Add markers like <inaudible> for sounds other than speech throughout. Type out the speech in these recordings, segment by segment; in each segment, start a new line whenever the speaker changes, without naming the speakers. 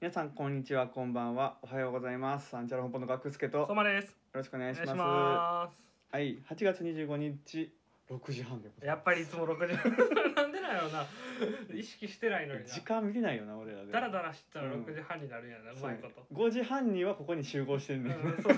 皆さんこんにちはこんばんはおはようございますアンチャラ本舗のガクスケとよ
相馬です。
ろしくお願
お
いし
願
ま
い
す
します。
はい8月25日6時半でござい
や
ま
っぱりいつも6時 <laughs> なんでなんやろうな意識してないのに
す時
な
間見てないよな俺らで
だらだらしてたら
うん
6時半になるんやな、うまい
<laughs>
こと、
5時半にはここに集合してん
う
ねん
んそう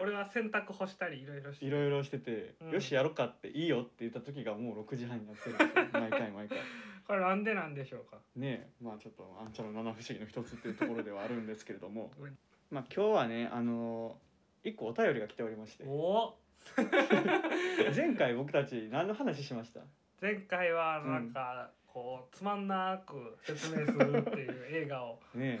<laughs> 俺は洗濯干したりいろいろして
いろいろしてて、
うん
よしやろうかっていいよって言った時がもう6時半になってるんですよ毎回毎
<laughs>
回
これなんでなんでしょうか
ねえまあちょっとあんちゃんの七不思議の一つっていうところではあるんですけれども
うん
まあ今日はねあのー、一個お便りが来ておりまして
おお
前回僕たち何の話しました
前回はなんか、こうつまんなく説明するっていう映画
<laughs>
を <laughs>
ねえ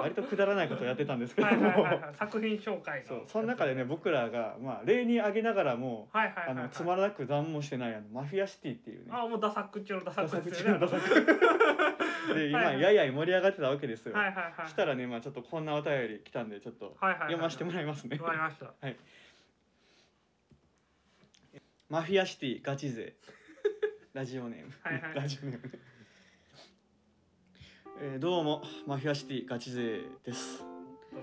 割とくだらないことやってたんですけど
はいはいはい、
も
はい、作品紹介の
そうその中でね僕らが、まあ、例に挙げながらも
はいはいは
あ
い、はい、
のつまらなく残もしてないあのマフィアシティっていうね
あもうダサック中のダサ
ダ
ッ
サ
ク
く
です
中
よ
の
ね
ダサくで今
はいはい
ややい盛り上がってたわけですよ、
はいはいはい
したらね、まあ、ちょっとこんなお便り来たんでちょっと
はいはいはい、
読ませてもらいますね、
わかりました
マフィアシティガチ勢 <laughs> ラジオネーム、
はいはい
ラジオネームね、えーどうもマフィアシティガチ勢です
どう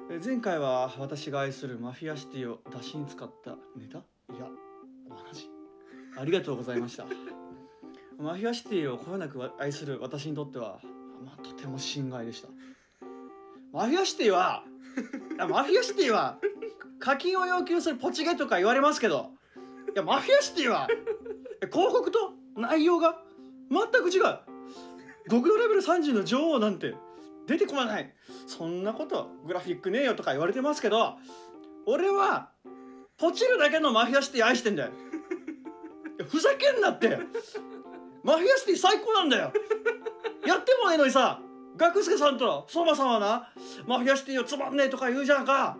も
えー前回は私が愛するマフィアシティを出しに使ったネタいやお話ありがとうございました <laughs> マフィアシティをこよなく愛する私にとっては、まあ、とても心外でしたマフィアシティはいやマフィアシティは課金を要求するポチゲとか言われますけどいやマフィアシティはえ広告と内容が全く違う極度レベル30の女王なんて出てこないそんなことグラフィックねえよとか言われてますけど俺はポチるだけのマフィアシティ愛してんだよいやふざけんなってマフィアシティ最高なんだよやってもねえのにさ学助さんと相馬さんはなマフィアシティをつまんねえとか言うじゃんか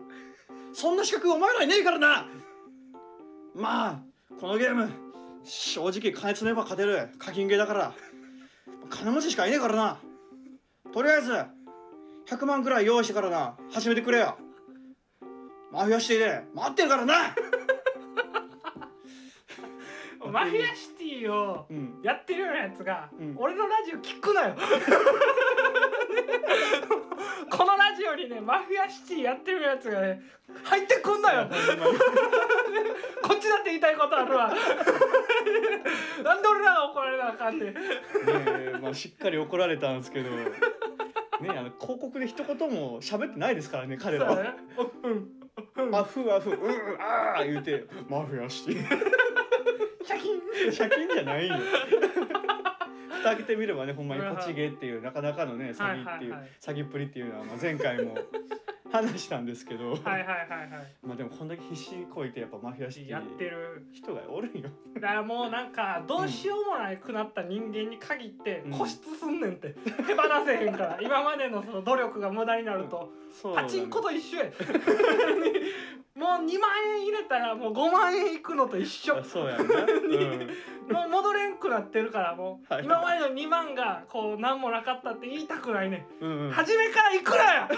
そんな資格お前らにねえからなまあこのゲーム正直金積めば勝てる課金ゲーだから金持ちしかいねえからなとりあえず100万くらい用意してからな始めてくれよマフィアシティで待ってるからな
マフィアシティを
うん
やってるようなやつが、
うん
俺のラジオ聞く <laughs> なよこのラジオにねマフィアシティやってるやつがね入ってくんなよこっちだって言いたいことある <laughs> わなんで俺らが怒られなあかんねん
ねえまあ、しっかり怒られたんですけど、ねえ、あの広告で一言も喋ってないですからね彼ら
そう
は。
やねうん
あふあふうんうんああ言うてマフィアシティ
シャキン
借金じゃないよ。蓋開けてみればねほんまにポチゲっていうなかなかのね詐欺っていう、
はいはいはい
詐欺っぷりっていうのは、まあ、前回も話したんですけど、
はいはいはいは
まあでもこんだけ必死にこいてやっぱマフィアシ
い
テ
やって
ィ
る
人がおるんよ。
だからもうなんかどうしようもなくなった人間に限って
うん
固執すんねんって手放せへんから今までのその努力が無駄になると
そうな
パ
の
チンコと一緒や <laughs> もう2万円入れたらもう5万円いくのと一緒
あそうやんな、うん
もう戻れんくなってるからもう、
はい
今までの2万がこう何もなかったって言いたくないねん、
うん
<laughs>
うん、
初めからいくらやね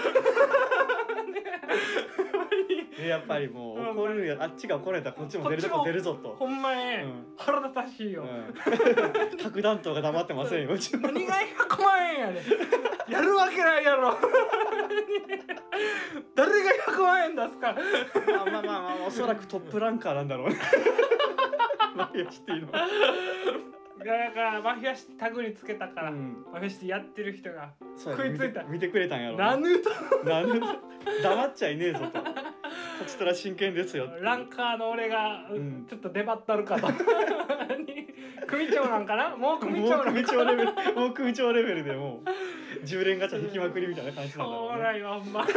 でやっぱりもう怒るやあっちが怒られたらこっちも出ると
こ
こ
っちも
出るぞと、
ほんまね、
うん
腹立たしいよ、
うん、 <laughs> 核弾頭が黙ってませんよう
<laughs>
ちも
何が100万円やねんやるわけないやろ <laughs> 誰が100万円出すか
まあまあまあ、まあ、おそらくトップランカーなんだろ
<laughs>
うねマフィアシティの、
だからマフィアシティタグにつけたから、
うん
マフィアシティやってる人が
そう
食いついた
見て見てくれたんや
「
ろ
なぬと
なん黙っちゃいね
<laughs>
えぞとこちとら真剣ですよって
ランカーの俺が、
うん
ちょっと出張った
<laughs>
るかと組長なんかなもう組
も
長
う
なん
組
か
長レベ
<laughs>
ルもう組長レベルでもう10連ガチャ引きまくりみたいな感じなんだろ
おも
う
ろ
ね
いわほんま
ね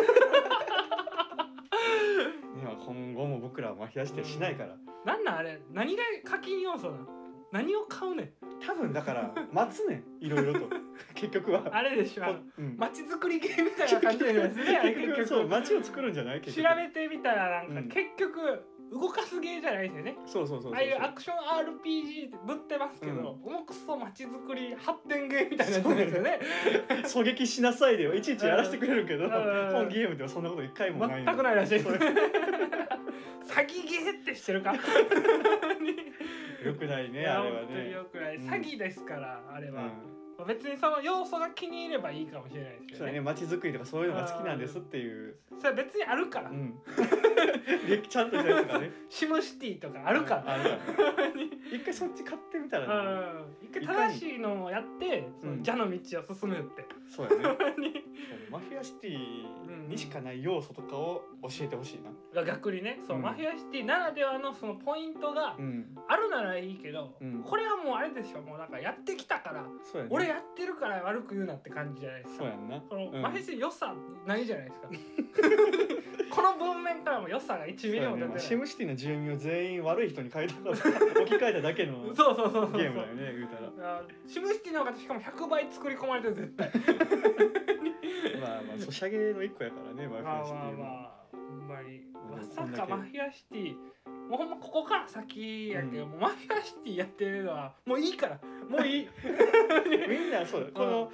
まあ今後も僕らはマフィアシティはしないから
なんなんあれ何が課金要素なの何を買うねん
多分だ
<laughs>
から待つねんいろいろと <laughs> 結局は
あれでしょあの
うん
街づくり系みたいな感じのやつねあれ
結
結
局
局
そう街を作るんじゃない結
調
局
べてみたらなんか、
うん
結局動かす芸じゃないですよね
そうそうそうそう
ああいうアクション RPG ってぶってますけど、
うん
重くそ街づくり発展芸みたいなやつですよね
狙撃しなさいではいちいちやらせてくれるけど
うんうん
本ゲームではそんなこと一回もない
全くないらしい
それ
詐欺芸ってして
<laughs>
るか
よくないね
いや
あれは
本当に
ね
よくない
うん
詐欺ですから、あれ
う
は、
ん
まあ別にその要素が気に入ればいいかもしれないです
そ
よ
うだ
ね
ね街づくりとかそういうのが好きなんですっていう、
それは別にあるから、
うんでちゃん <laughs> としたやつがね
シムシティとかあるから、
あるから一回そっち買ってみたらね、
うん、一回正しいのをやってその
うん
蛇の道を進むって、
そうやねそうね
に
マフィアシティにしかない要素とかを教えてほしいな
が逆にねそう、
うん
マフィアシティならではのそのポイントが
うん
あるならいいけど、
うん
これはもうあれでしょもうなんかやってきたから、
そうやね
俺やってるから悪く言うなって感じじゃないです
そう
か
やんな
この、
うん
マフィアシティ良さないじゃない <laughs> ですかこの文面からも良さが1
そう
ミリ
や
も
ね
出て
まあ
ない
シムシティの住民を全員悪い人に変えた
<laughs>
から置き換えただけの
そうそうそうそうそう
ゲームだよね言うたら
あシムシティの方がしかも100倍作り込まれてる絶対
まあまあソシャゲの一個やからねマフィ
まあ
アシテ
まあ
ィ
ま
も
あほんまに
まあ
ま
でも
さ
こん
か
だけ
マフィアシティもうほんまここから先やけど、
うん
もうマフィアシティやってるのはもういいからも
<laughs>
ういい <laughs>
みんなそうだこの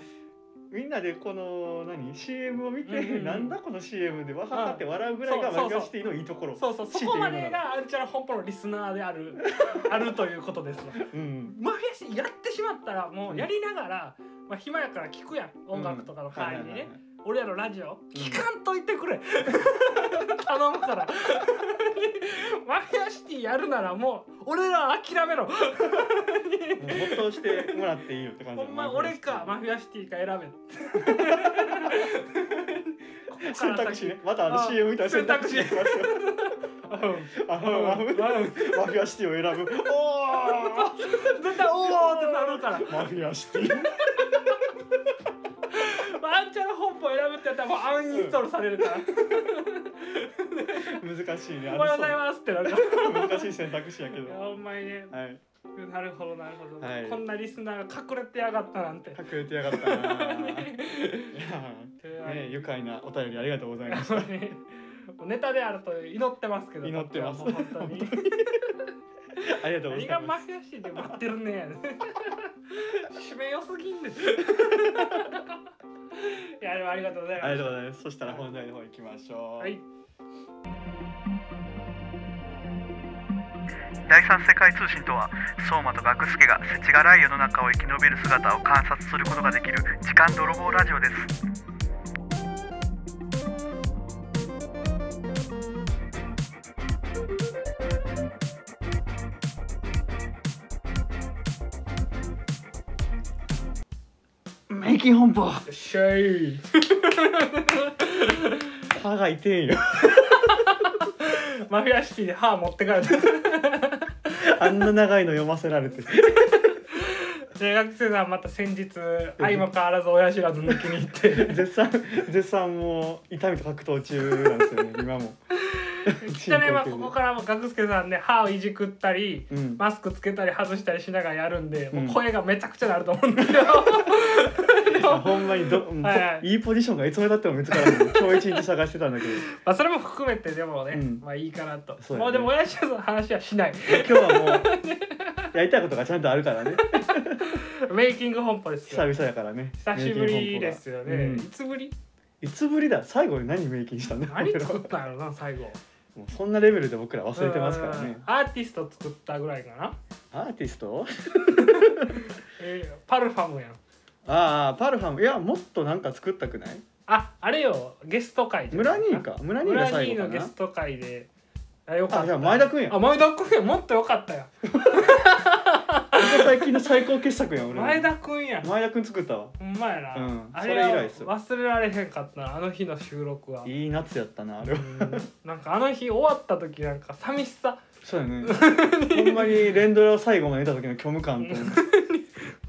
みんなでこの何 CM を見て、
うんうん
なんだこの CM でわははって笑うぐらいが
うん
マフィアシティのいいところ
そうそうそこまでがアンチャラ本舗のリスナーであるあるということですわ
うん
マフィアシティやってしまったらもうやりながら、まあ、暇やから聞くやん音楽とかの会にね、俺らのラジオ聞かんといてくれ、 <laughs> 頼むから <laughs> マフィアシティやるならもう俺らは諦めろ
うんもう没頭してもらっていいよって感じ
ほんま俺かマフィアシティか選べ
<laughs>
ここか
選
ら
択
先
肢ねまたあの
あ
CM みたいな選択肢
選
あのマフマフィアシティを選ぶおー
うん <laughs> 絶対おおってなるから
マフィアシティ
まあアンチャラ本舗選ぶってやったらもうアンインストールされるから「
難しいね
おはようござい
あ
ます」ってなるか
のそう難しい選択肢やけど
ら
は
ほんまにね
い
なるほどなるほど、
はい
こんなリスナーが隠れてやがったなんて
隠れてやがったな
<laughs>
いや
というわ
ー
けで
ね愉快なお便りありがとうございました
本当にもうネタであると祈ってますけど
祈ってます
僕はもう本当に
ありがとうござ
何
い
が
ま
マフィアシーで待ってるねやね締めよすぎんですいやでもありがとうござい
す
ま
あり
し
がとうございますそしたら本題の方行きましょう
たはい
第三世界通信とは相馬と学助が世知辛い世の中を生き延びる姿を観察することができる時間泥棒ラジオです
メイキン本舗
よっしゃい
歯が痛えよ
マフィアシティで歯持ってかれた
あんな長いの読ませられて
大学生さんまた先日相も変わらず親知らず抜きに行って
<laughs> 絶賛絶賛もう痛みと格闘中なんですよね今
<laughs>
も
じゃあねまあここからも学助さんで歯をいじくったり
うん
マスクつけたり外したりしながらやるんで、もううん声がめちゃくちゃなると思うんですよ。
ほんまにど、うん
<laughs> はいはい
いいポジションがいつまでたっても見つからない今日一日探してたんだけど
まあそれも含めてでもね、
うん
まあいいかなと。
そうだね
まあでも親父さんの話はしない。
今日はもうやりたいことがちゃんとある
<laughs>
からね
メイキング本舗です
久
よ。
々やからね
久しぶりですよ
メイ
ね。
キン本舗がうん
いつぶり？
いつぶりだ最後に何メイキンしたんだ
何
俺ら
作ったんやろな最後。
もうそんなレベルで僕ら忘れてますからね
うんアーティスト作ったぐらいかな。
アーティスト
えーパルファムやん。
ああパルファムいやもっとなんか作ったくない
ああれよゲスト会じゃ
村
ない
兄。か村兄
村
が最
兄
後か
のゲ
な
スト会で。あよか
あ
っ
じゃ
た。
あ前田君や
あ前田君やもっとよかったよ。
ここ最近の最高傑作やん俺
前田君や。
前田君作ったわ
ほんまやな、
うん
あ
それ
れは
以来っすよ
忘れられへんかったなあの日の収録は。
いい夏やったなあれは
うんなんかあの日終わった時なんか寂しさ
そうやね <laughs> ほんまに連ドラを最後まで見た時の虚無感と
<laughs>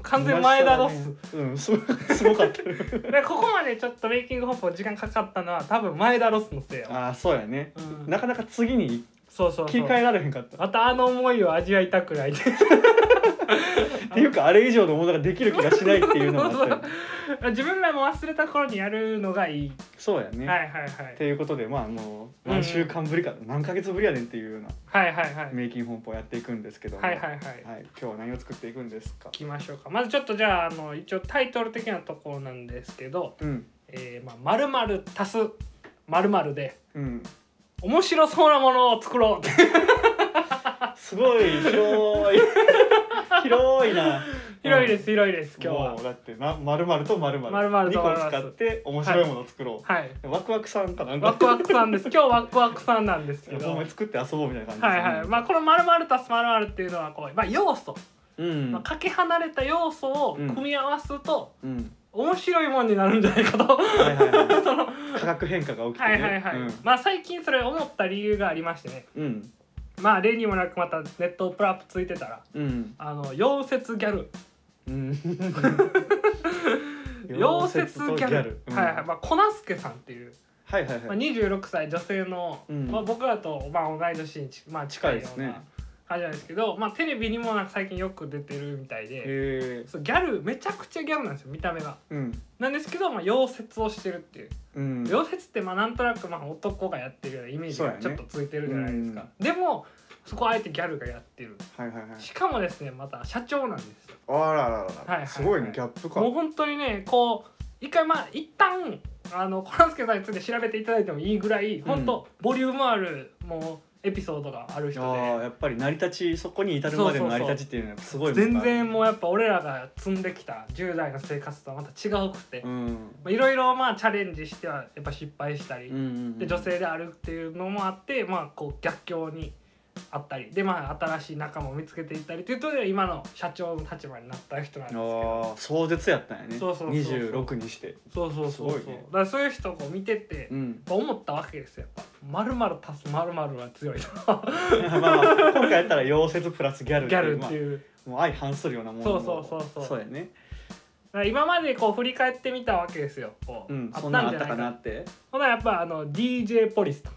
完全前田ロス、
うんす <laughs> ごすごかったよ
でここまでちょっとメイキングホップ時間かかったのは多分前田ロスのせいやわ、
ああそうやね
うん、
なかなか次に
そうそう
切
そ
り
う
替えられへんかった
またあの思いを味わいたくない
っていうかあれ以上のものができる気がしないっていうのもあったよね
<laughs> 自分らも忘れた頃にやるのがいい、
そうやね、
はいはいはい
っていうことでまあもう
うん
何週間ぶりか、何ヶ月ぶりやねんっていうような
はいはいはい
メイキング本舗をやっていくんですけども
はいはいはい
はい今日は何を作っていくんですか
いきましょうかまずちょっとじゃああの一応タイトル的なところなんですけど
うん
「えーまあ、〇〇足す〇〇で
うん
面白そうなものを作ろう」って
すごい今日広いな
<laughs> 広いです広いです今日は
もうだってな丸々と丸々
丸々と丸
2
々
個使って面白いものを作ろう、
はい
ワクワクさんかなんか
ワクワクさんです今日ワクワクさんなんですけど
お前作って遊ぼうみたいな感じ
はいはいまあこの丸々たす丸々っていうのはこうまあ要素、
うん、
まあ、かけ離れた要素を組み合わすと
うん、
面白いもんになるんじゃないかと <laughs>
はいはいは
その
い価格変化が起きて、ね、
はいはいはい、
うん
まあ最近それ思った理由がありましてね
うん
まあ例にもなくまたネットプラップついてたら
うん
あの溶接ギャル
うん
<laughs> 溶接ギャル
うん
はいはいまあ粉助さんっていう、
はいはい
ま
は
あ、
い
26歳女性の、
うん
まあ、僕らと、まあ、同い年にち、まあ、近いよう
近いです
な
ね
感じなんですけどまあ、テレビにもなんか最近よく出てるみたいで
へえ
そうギャルめちゃくちゃギャルなんですよ見た目が。
うん
なんですけど、まあ、溶接をしてるっていう
うん
溶接ってまあなんとなくまあ男がやってるようなイメージがちょっとついてるじゃないですか、でもそこはあえてギャルがやってる
はいはいはい
しかもですねまた社長なんですよ
あらららら、
はいはい
すごいねギャップか
もう本当にねこう一回まあ一旦あのコランスケさんについて調べていただいてもいいぐらい、
ん
本当ボリュームあるもうエピソードがある人
ああ
で
やっぱり成り立ちそこに至るまでの
そうそ
成
う
り
そう
立ちっていうのはすごいもん
全
が
然もうやっぱ俺らが積んできた10代の生活とはまた違うくて
う、んうん
まあいろいろまあチャレンジしてはやっぱ失敗したり、
うんうん
で女性であるっていうのもあって、まあ、こう逆境にあったりで、まあ、新しい仲間を見つけていったりということで今の社長の立場になった人なんですけど
ああ壮絶やったんやね
そうそうそうそう
26にして
そうそうそうそう、
すごいね
だからそういう人をこう見てて、やっ
ん
ぱ思ったわけですよやっぱ「まるまる足すまるまるは強い
<laughs>
な
<laughs> まあまあ今回やったら溶接プラスギャル
ギャル
ま
っ
あ
ていう。
もう相反するようなもの
そうそうそうそう
そうやね
だから今までこう振り返ってみたわけですよ。こう
うんそんなんあったかな
な <laughs>
って
ほなやっぱあの DJ ポリスと。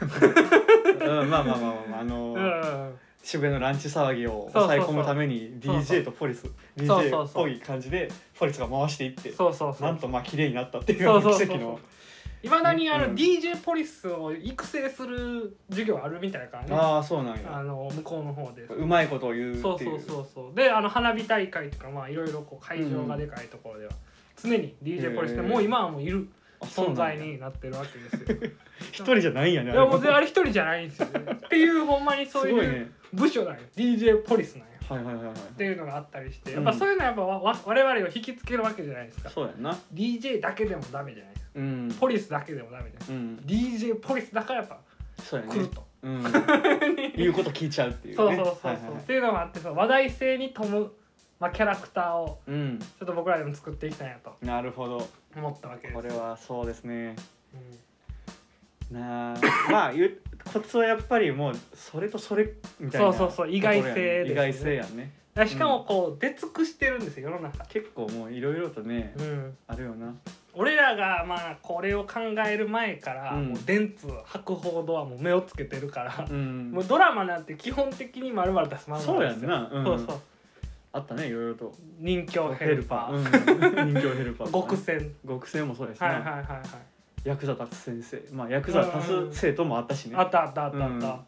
うんまあまあまあまあまああの
う
ー
ん。
渋谷のランチ騒ぎを
そうそうそう
抑え込むために
そうそう
DJ とポリス
そうそう
DJ っぽい感じでポリスが回していって
そうそうそ
な。
うん
とまあ綺麗になったっていう
そうそう
奇
そう
跡の
いまだにあ
う
の
ん
DJ ポリスを育成する授業あるみたいな感じ、ね、
ああそうなん
あ
や
の向こうの方で
うまいことを言う
そう
って
そ
いうう
そうそうであの花火大会とかまあいろいろこう会場がでかいところでは、常に DJ ポリスって
へー
もう今はもういる
あそうなん
存
や
在になってるわけですよ。
一人じゃないんやね
い
あれ
やもうあれ一人じゃないんですよ、ね。っていうほんまに
す
そ
ご
う
い
いう
ね
部署なんよ DJ ポリスなんよ。
はいはいはいはい
っていうのがあったりして
うん
やっぱそういうのはやっぱわわ我々を引きつけるわけじゃないですか。
そうやんな
DJ だけでもダメじゃないですか。
うん
ポリスだけでもダメじゃない
うん
ですか。DJ ポリスだからやっぱ
そうや
来る
ね
と。
うん
<laughs>
言うこと聞いちゃうっていうね
そうそうそうそ
は
う、
いはいはい
っていうのもあってその話題性に富む、まあ、キャラクターを
うん
ちょっと僕らでも作っていきたいなと
なるほど
思ったわけです
これはそうですね
うん
なあまあ言うコツはやっぱりもうそれとそれみたいな
そうそうそう
ところやね
意外性ですね
意外性やんね
だからしかもこう出尽くしてるんですよ世の中、
結構もういろいろとね
うん、
あるよな
俺らがまあこれを考える前から、
うん
もう電通博報堂はもう目をつけてるから、
うん
もうドラマなんて基本的に丸々出すまる
そうやんなうん
そうそう
あったねいろいろと
人形ヘルパー、 <laughs>
ー、うん、人形ヘルパーとか
極
ね
戦
極戦もそうですね、
はいはいはいはい、
ヤクザ達先生まあヤクザ達生徒もあったしね
あったあったあったあった、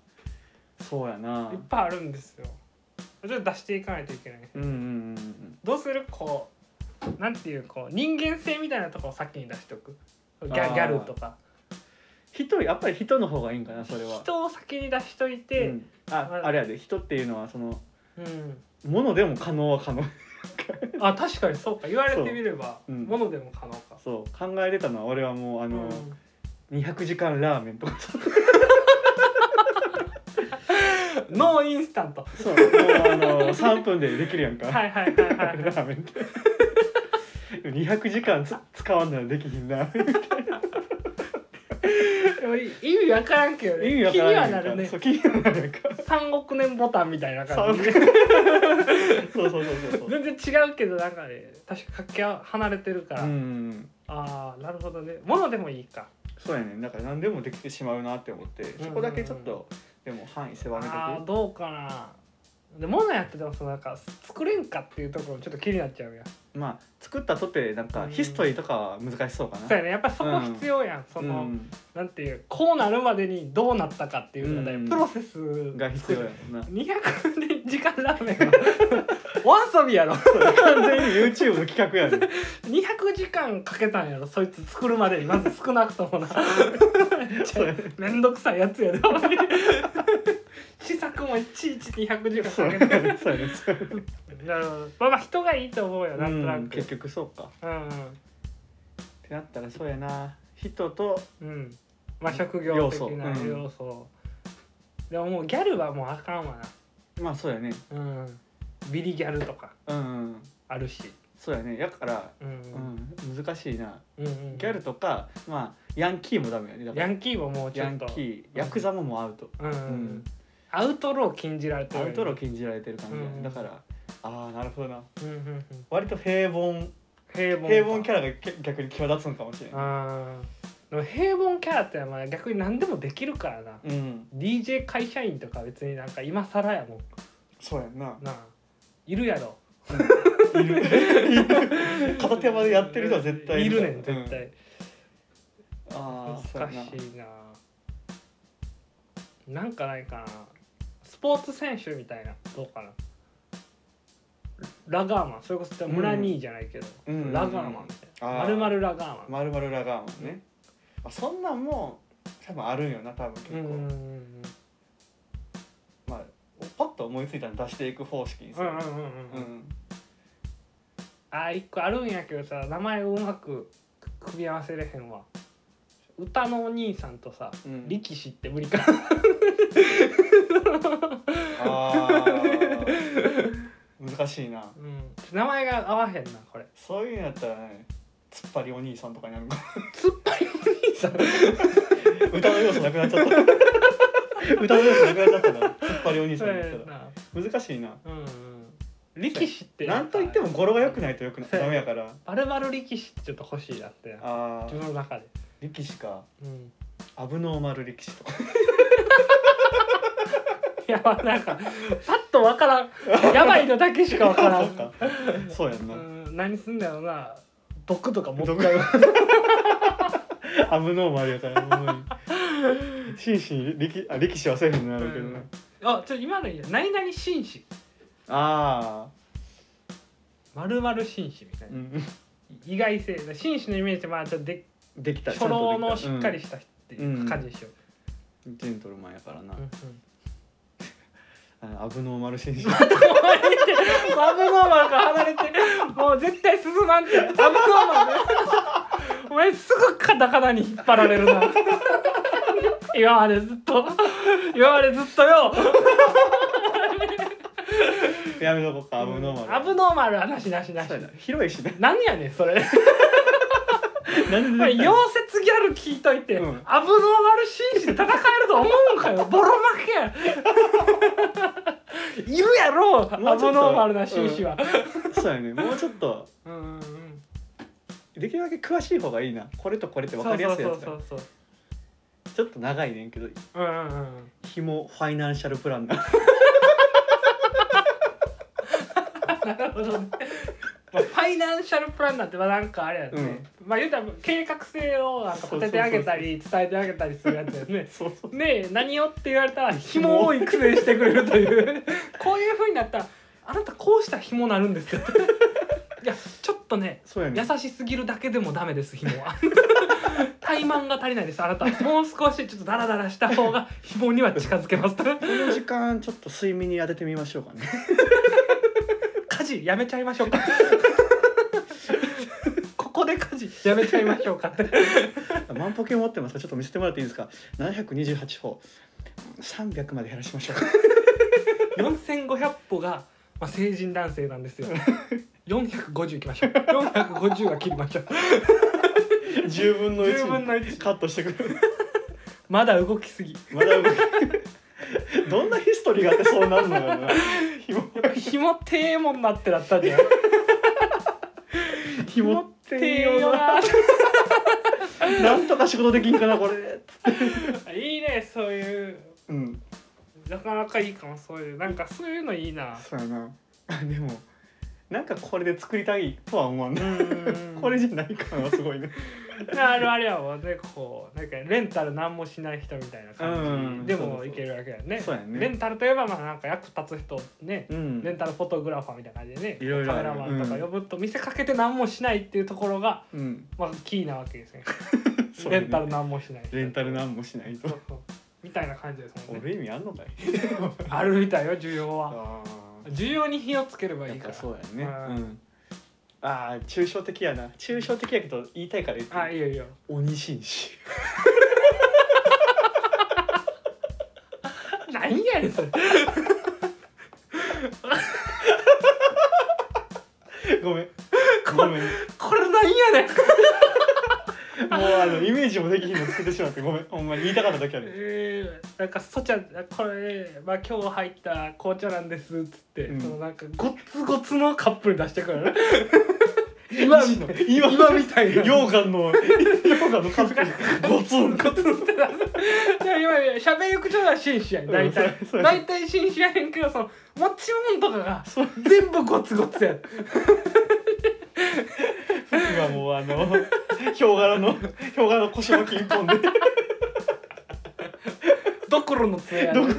そうやない
っぱいあるんですよちょっと出していかないといけない
うんうんうんうん
どうするこうなんていうこう人間性みたいなところを先に出しておくギ
あ
ャ
ー
ギャルとか
人やっぱり人の方がいいんかなそれは
人を先に出しといて、う
うんんああれやで人っていうのはそのものでも可能は可能
あ確かにそうか言われてみれば、
そううん
ものでも可能か、
<laughs> そう考えれたのは俺はもうあ
う
の、
ん
200時間ラーメンとか
ノーインスタント
<laughs> そうもうあの3分でできるやんか、
はいはいはいはい
ラーメンって200時 <laughs> 間つ使わんならできひ <laughs> んな
でも意味わからんけどね
意味わからん
気にはなるね
そう気にはなるやんか
3億年ボタンみたいな感じ
<laughs>
で
そうそうそうそうそう
全然違うけどなんかね確かかけ離れてるから、
うん
ああなるほどねものでもいいか
そうやねだから何でもできてしまうなって思って
ん
そこだけちょっとでも範囲狭め
あー
と
どうかなでものやっててもそのなんか作れんかっていうところもちょっと気になっちゃうやん
くまあ作ったとてなん
う
か
ん
ヒストリーとかは難しそうかな
そうやねやっぱそこ必要やん、その、
うん
なんていうこうなるまでにどうなったかっていうのがね、
うん
プロセス
が必要やもんな
200年時間ラーメンは
<laughs>
わさびやろ
完全に YouTube の企画 <laughs> やね
200時間かけたんやろそいつ作るまでにまず少なくともな <laughs> めんどくさいやつやでほんま <laughs> に試作もいちいち200時間かけて
そうやねそうやね
<laughs> なるほどまあまあ人がいいと思うよなんとな
うん
く
結局そうか
うん
ってなったらそうやな人と
うん、うん、まあ職業
要
的
素
な要
う
素
ん
でももうギャルはもうあかんわ
まあそうやね
なうんビリギャルとか
うん
あるし
そうやねやから、
うん
うん、難しいな
うんうん
ギャルとかまあヤンキーもダメやねだから
ヤンキーももうちょ
ヤ
っ
ン
と
キーヤクザももうアウト
うんうんう
うん
んアウトロー禁じられて
ア
る
ウトロー禁じられてる感じやね、
うん
だからああなるほどな
うんうんうん
割と平凡
平凡
平凡キャ
ャ
ラがけ逆に際立つのかもしれない
ラでも平凡キャラってまあ逆に何でもできるからな
うん
DJ 会社員とか別になんか今更やもん
そうやんな
なあいるやろ
いる <laughs> 片手間でやってる人は絶対
いるね
うん
ん絶対、
ああそうや
難
な
しいななんかないかなスポーツ選手みたいなどうかなラガーマンそれこそ村兄じゃないけど、
うんうん
ラガーマンみたいな
あー
丸々ラガーマン、
まるまるラガーマンね、あそんなんも多分あるんよな多分結構、
うんうんうん
まあパッと思いついたの出していく方式にす
うんう
る、
んうんうんうん
ん
あー一個あるんやけどさ名前をうまく組み合わせれへんわ歌のお兄さんとさ
うん
力士って無理かな
あ
<laughs>
ー難しいな
うん名前が合わへんなこれ
そういうのやったらね突っ張りお兄さんとかになるか
突っ張りお兄さん
も <laughs> 歌の要素なくなっちゃった
<laughs>
歌の要素なくなっちゃったな突っ張りお兄さ
そ
ん
う
に
や
なったら
な
難しいな
うんうん力士って
なんといっても語呂が良くないとよくない
そうや
ダメやから
バルバル力士ってちょっと欲しいなって
あ
自
ー
分の中で
力士か
うん
アブノーマル力士とか <laughs>
いやまあなんかパッとわからんやばいのだけしかわから
<laughs> そ
ん
うかそうやんな
うん何すんだよな毒とか持っ
どこ <laughs>
て
アブノーマルやからほんまに心身力あ力士はセーフになるけどな、
うんあちょ今のいいや何々紳士
ああ
まるまる紳士みたいな、
ん
意外性紳士のイメージってまあちょっとで
できた
初老のしっかり
し
した人っていう感じでしょ、
ジェントルマンやからな
うんうん
あのアブノーマル
<laughs>
紳士
アブノーマルから離れてもう絶対進まんってアブノーマルお前すぐカタカナに引っ張られるな今までずっと今までずっとよ
やめとこうかアブノーマル
アブノーマルはなしなしなし
そうやな広いしね
何やねんそれ
なん
これ
で
溶接ギャル聞いといて、
うん
アブノーマル紳士で戦えると思うんか <laughs> よボロ負けやいるやろアブ
もうちょっと
ノーマルな紳士は、
そうやねもうちょっと
うんうんうん、
できるだけ詳しい方がいいなこれとこれって分かりやすいやつ
そ
が
うそうそう
ちょっと長いねんけど
そううんうんうん
ひもファイナンシャルプランナー
なるほどねまあファイナンシャルプランナーってまあなんかあれやね、まあ言うたら計画性をなんか立ててあげたり伝えてあげたりするやつやね
<laughs> そうそう
で何をって言われたら紐を育成してくれるという <laughs> こういうふうになったらあなたこうしたら紐なるん <laughs> ですよいやちょっとね
そうやね
優しすぎるだけでもダメです紐 <laughs> は怠慢が足りないですあなたもう少しちょっとダラダラした方が紐には近づけます
この時間ちょっと睡眠に当ててみましょうかね <laughs>
家事やめちゃいましょう <laughs> かここで家事やめちゃいましょうかって
万歩計持ってますからちょっと見せてもらっていいですか728歩300まで減らしましょう <laughs>
4500歩が、まあ、成人男性なん <laughs> ですよ450いきましょう450は切りましょう
10分の
10分の1
カットしてくる
まだ動きすぎ
まだ動く <laughs> どんなヒストリーがあってそうなるの <laughs> よな
紐てえもんなってなったんじゃない
ひもって
え
よななんとか仕事できんかなこれ
いいねそういう
うん <laughs>
なかなかいいかもそういうなんかそういうのいいな
そうやなあでもなんかこれで作りたいとは思わない、
うん
これじゃない感はすごいね
あるあれやもんねこうなんかレンタル何もしない人みたいな感
うん
じで
そうそうそ
も
う
いけるわけやね
そうやね
レンタルといえばまあなんか役立つ人ね
うん
レンタルフォトグラファーみたいな感じでね
いろいろ
カ
ある
メラマンとか呼ぶと見せかけて何もしないっていうところが、
うん
まあ、キーなわけですね
<laughs> そう
レ
ね
ンタル何もしない
レンタルなんもしない
そ
と
うそうみたいな感じですもんね
俺意味あんのかい
あるみたいよ需要は
あ
需要に火をつければ
あや
い
っ
いか
ぱ
ら
そうやね
う
うんああ抽象的やな抽象的やけど言いたいから言って
あいいよい
<laughs>
いよ
鬼紳 <laughs> 士
何やねんそれ
ごめんごめんも
これ何やねん
うあのイメージもできひんの作ってしまってごめんほんまに言いたかっただけやね
えー、なんかそちゃんこれ、まあ、今日入った紅茶なんですっつって、
うん
そのなんかごっつごつのカップル出してくる
<laughs> 今
<laughs> 今み
の
たい
今
今みたいな
溶岩の溶岩のカップゴツン
ごつって出すいや今喋り口調は紳士やん大体
うんそうや
大体紳士やねんけどその持ち物とかが全部ごつごつやん
服がもうあ <laughs> のヒョウ柄のヒョウ柄の腰巻き一本で
どころの杖や
ど
ね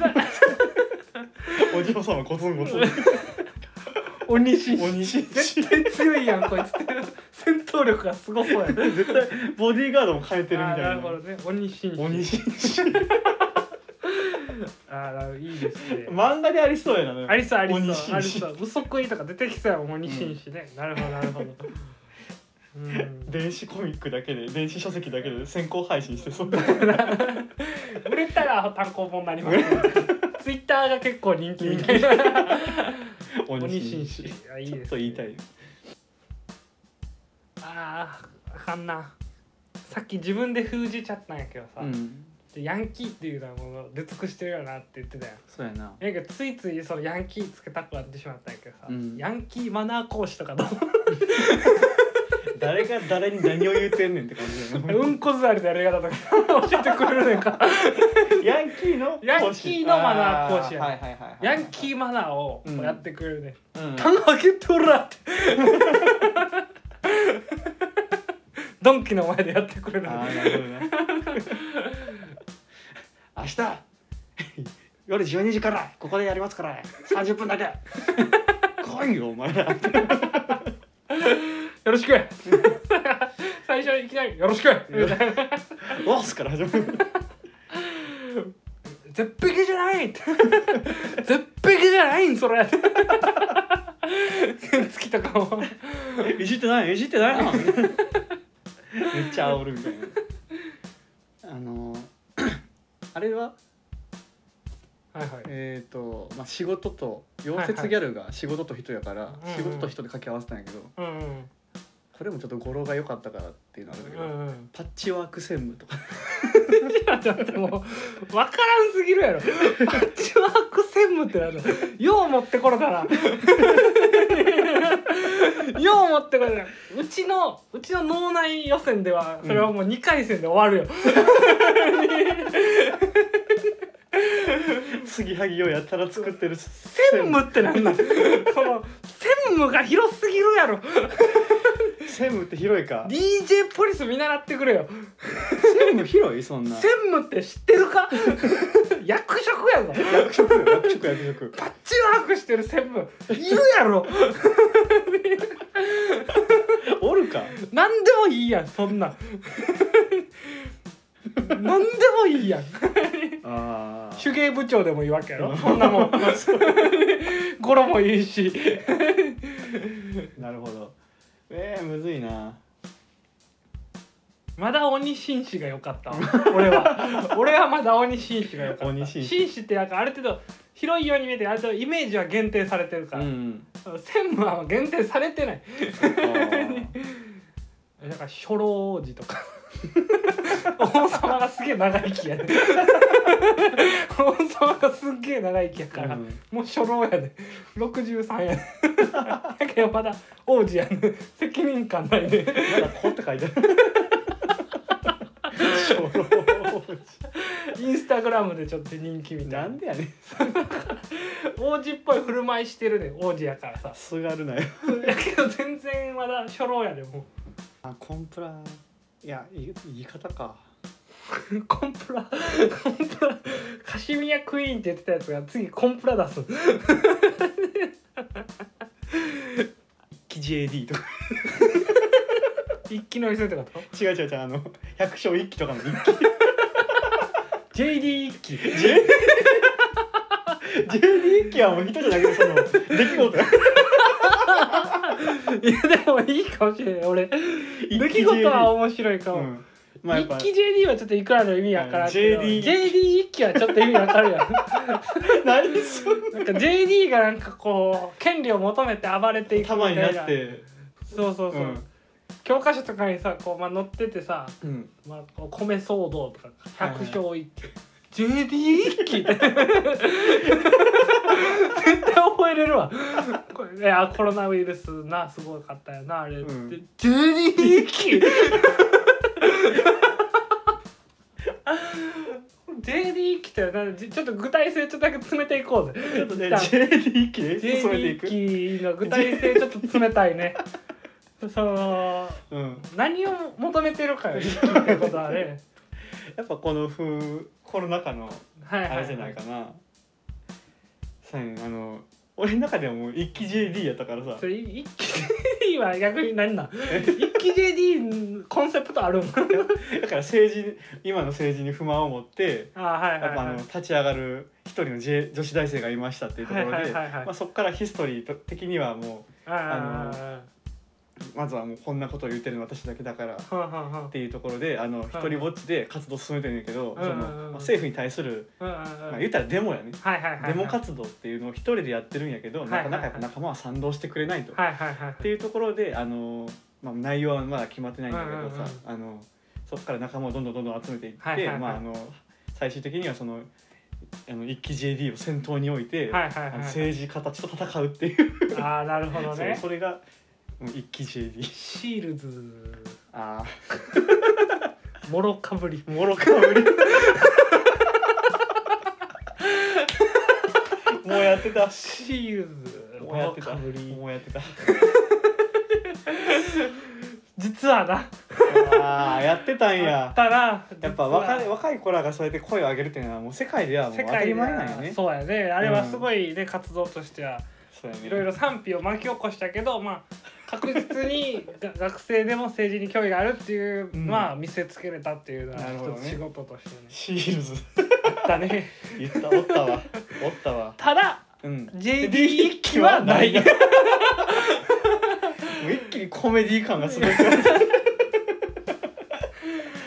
こ
ん
お嬢様ゴツンゴツン
鬼紳士
鬼紳士
絶対強いやんこいつって戦闘力がすごそうやん
絶対ボディーガードも変えてるみ
あ
たい
ーな
な
るほどね鬼紳士
鬼紳士
あーなるほどいいですね
漫画でありそうやな
ありそうあり
鬼
そう
紳
あり
士
そう嘘食いとか出てきそうやもん鬼紳士ね、なるほどなる
<laughs>
ほどうん
電子コミックだけで電子書籍だけで先行配信してそう
売れたら単行本になりますねツイッターが結構人気みたいな鬼紳士あいい
ちょ
で
っ
す
と言いたい
あーあかんなさっき自分で封じちゃったんやけどさ、
ん
ヤンキーっていうのはもう出尽くしてるよなって言ってたやん
そうやな
なんかついついそのヤンキーつけたくなってしまったんやけどさ、
うん
ヤンキーマナー講師とかどう
誰が誰に何を言うてんねんって感じだよな
うんこ座りのやり方とか教えてくれるね
<laughs>
んか
ヤンキーの
ヤンキーのマナー講師や
あはいはいはいはい
ヤンキーマナーを
うん
やってくれるね。
うん
タン開けておらって。ドンキの前でやってくれる
あ
ね。
ーなるほどな <laughs> 明日夜12時からここでやりますから30分だけ来いよお前ら
よろしく。最初いきなりよろしく。みたいな
ロスから始まる
絶壁じゃない。絶壁じゃないん
<laughs>
それ。月とかも。
いじってないいじってないなめっちゃ煽るみたいなあの <clears throat> あれは
はいはい。
えっ、と、まあ、仕事と溶接ギャルが仕事と人やから、
うんうん
仕事と人で掛け合わせたんやけど
うんうん
これもちょっと語呂が良かったからっていうのあるんだけ
う
ど、
んうん。
パッチワーク専務とか
いやだってもう分からんすぎるやろパッチワーク専務ってなるよう持ってこれたなよう持ってこれたなうちのうちの脳内予選ではそれはもう2回戦で終わるよ、
継ぎはぎをやたら作ってる専
専務ってなんなんこの専務が広すぎるやろ
専務って広いか
DJ ポリス見習ってくれよ
専務広いそんな
専務って知ってるか役職やぞ
役職よ役職役職
パッチワークしてる専務いるやろ
おるか
なんでもいいやんそんなんなんでもいいやん
あ
手芸部長でもいいわけやろそんなもん語呂もいいし
<laughs> なるほどえー、むずいな
まだ鬼紳士が良かったわ俺は俺はまだ鬼紳士が良かった
鬼紳士
士ってなんかある程度広いように見えてある程度イメージは限定されてるから、
ん
専務は限定されてない
あー
なんか初老王子と
<laughs>
か王様がすげえ長生きや
<laughs>
ね王様がすっげえ長生きやから、
うん
もう初老やで、六十三やで、だけどまだ王子やね、責任感ないで、
まだ「こ」って書いてある初老
インスタグラムでちょっと人気みたい
なんでやねん
王子っぽい振る舞いしてるね王子やからさ
すがるなよ
やけど全然まだ初老やでも
あコンプラいやい言い方か
うコンプラコンプラカシミヤクイーンって言ってたやつが次コンプラ出す
記 JD とか
一気乗りするってこと
違う違う違うあの百姓一揆とかの一
JD 一揆
揆 J- JD 一揆はもう人じゃなくてその出来事や
いやでもいいかもしれない俺
一
出来事は面白いか
う
も、
んまあやっぱ
一
<laughs>
揆 JD はちょっといくらの意味わからんけど、
はい JD
JD 一揆はちょっと意味わかるや
<laughs>
ん
何そん
なんか JD がなんかこう権利を求めて暴れていく
束になって
そうそうそう、教科書とかにさこう、まあ、載っててさ、
うん、うん、
まあ、こう米騒動とか
はいはい
百姓一揆 JD 一揆って絶対覚えれるわこれいやコロナウイルスなすごかったよなあれって、
うん
JD 一揆 JD 一揆ってなんかじちょっと具体性ちょっとだけ詰めていこうぜ
ちょっとね
じゃあ
JD 一揆で進めて
JD
いく
一揆の具体性ちょっと冷たいねその
うん
何を求めてるかよ一揆ってことはね
やっぱこの風コロナ禍の
はいはい、
あ
は
れじゃないかなさんあの俺の中ではもう一揆 JD やったからさ
それ一揆 <laughs> JD は逆に何なん一揆 JD コンセプトある
だ
ん <laughs>
から政治今の政治に不満を持って
あは
や
いは
っ
い
ぱあ
は
の
い
立ち上がる一人の、J、女子大生がいましたっていうところで、
はいはいはいは
ま
い
あ、そこからヒストリーと的にはも
あ
うまずはもうこんなことを言ってるの私だけだからっ
ーはんはんはん
ていうところであの一人ぼっちで活動進めてるんやけど、
うん
その
うん
まあ、政府に対する、
うんうんうん
まあ、言ったらデモやね、
はいはいはいはい
デモ活動っていうのを一人でやってるんやけど、
はいはいはい
なかなかやっぱ仲間は賛同してくれないと。
はいはいはい
っていうところであの、まあ、内容はまだ決まってないんだけどさ、あのそこから仲間をどんどんどんどん集めていって、
はいはいはい
まあ、あの最終的にはそのあの一揆 JD を先頭に置いて、
はいはい
あの
はい
政治家たちと戦うっていう
ああなるほど
そう
ね
それがうん一揆 JD
シールズ
あ
もろかぶり
あもろかぶりもうやってた
シールズ
もうやってた
もろかぶり
もうやってた
実はな
ああやってたん
あ
や
ったら
やっぱ若い若い子らがそうやって声を上げるっていうのはもう世界ではもう
世
当
界
た
で
り
は
前なんよね。
そうやねあれはすごいね、活動としては
そうやね
いろいろ賛否を巻き起こしたけど <laughs> まあ確実にが学生でも政治に興味があるっていう、
うん
まあ見せつけれたっていうのは
なるほど
一
ね
つ仕事としてね
シールズ
だね
言ったおったわおったわ
<laughs> ただ
うん
JD 一揆はない
もう一気にコメディ感がすごい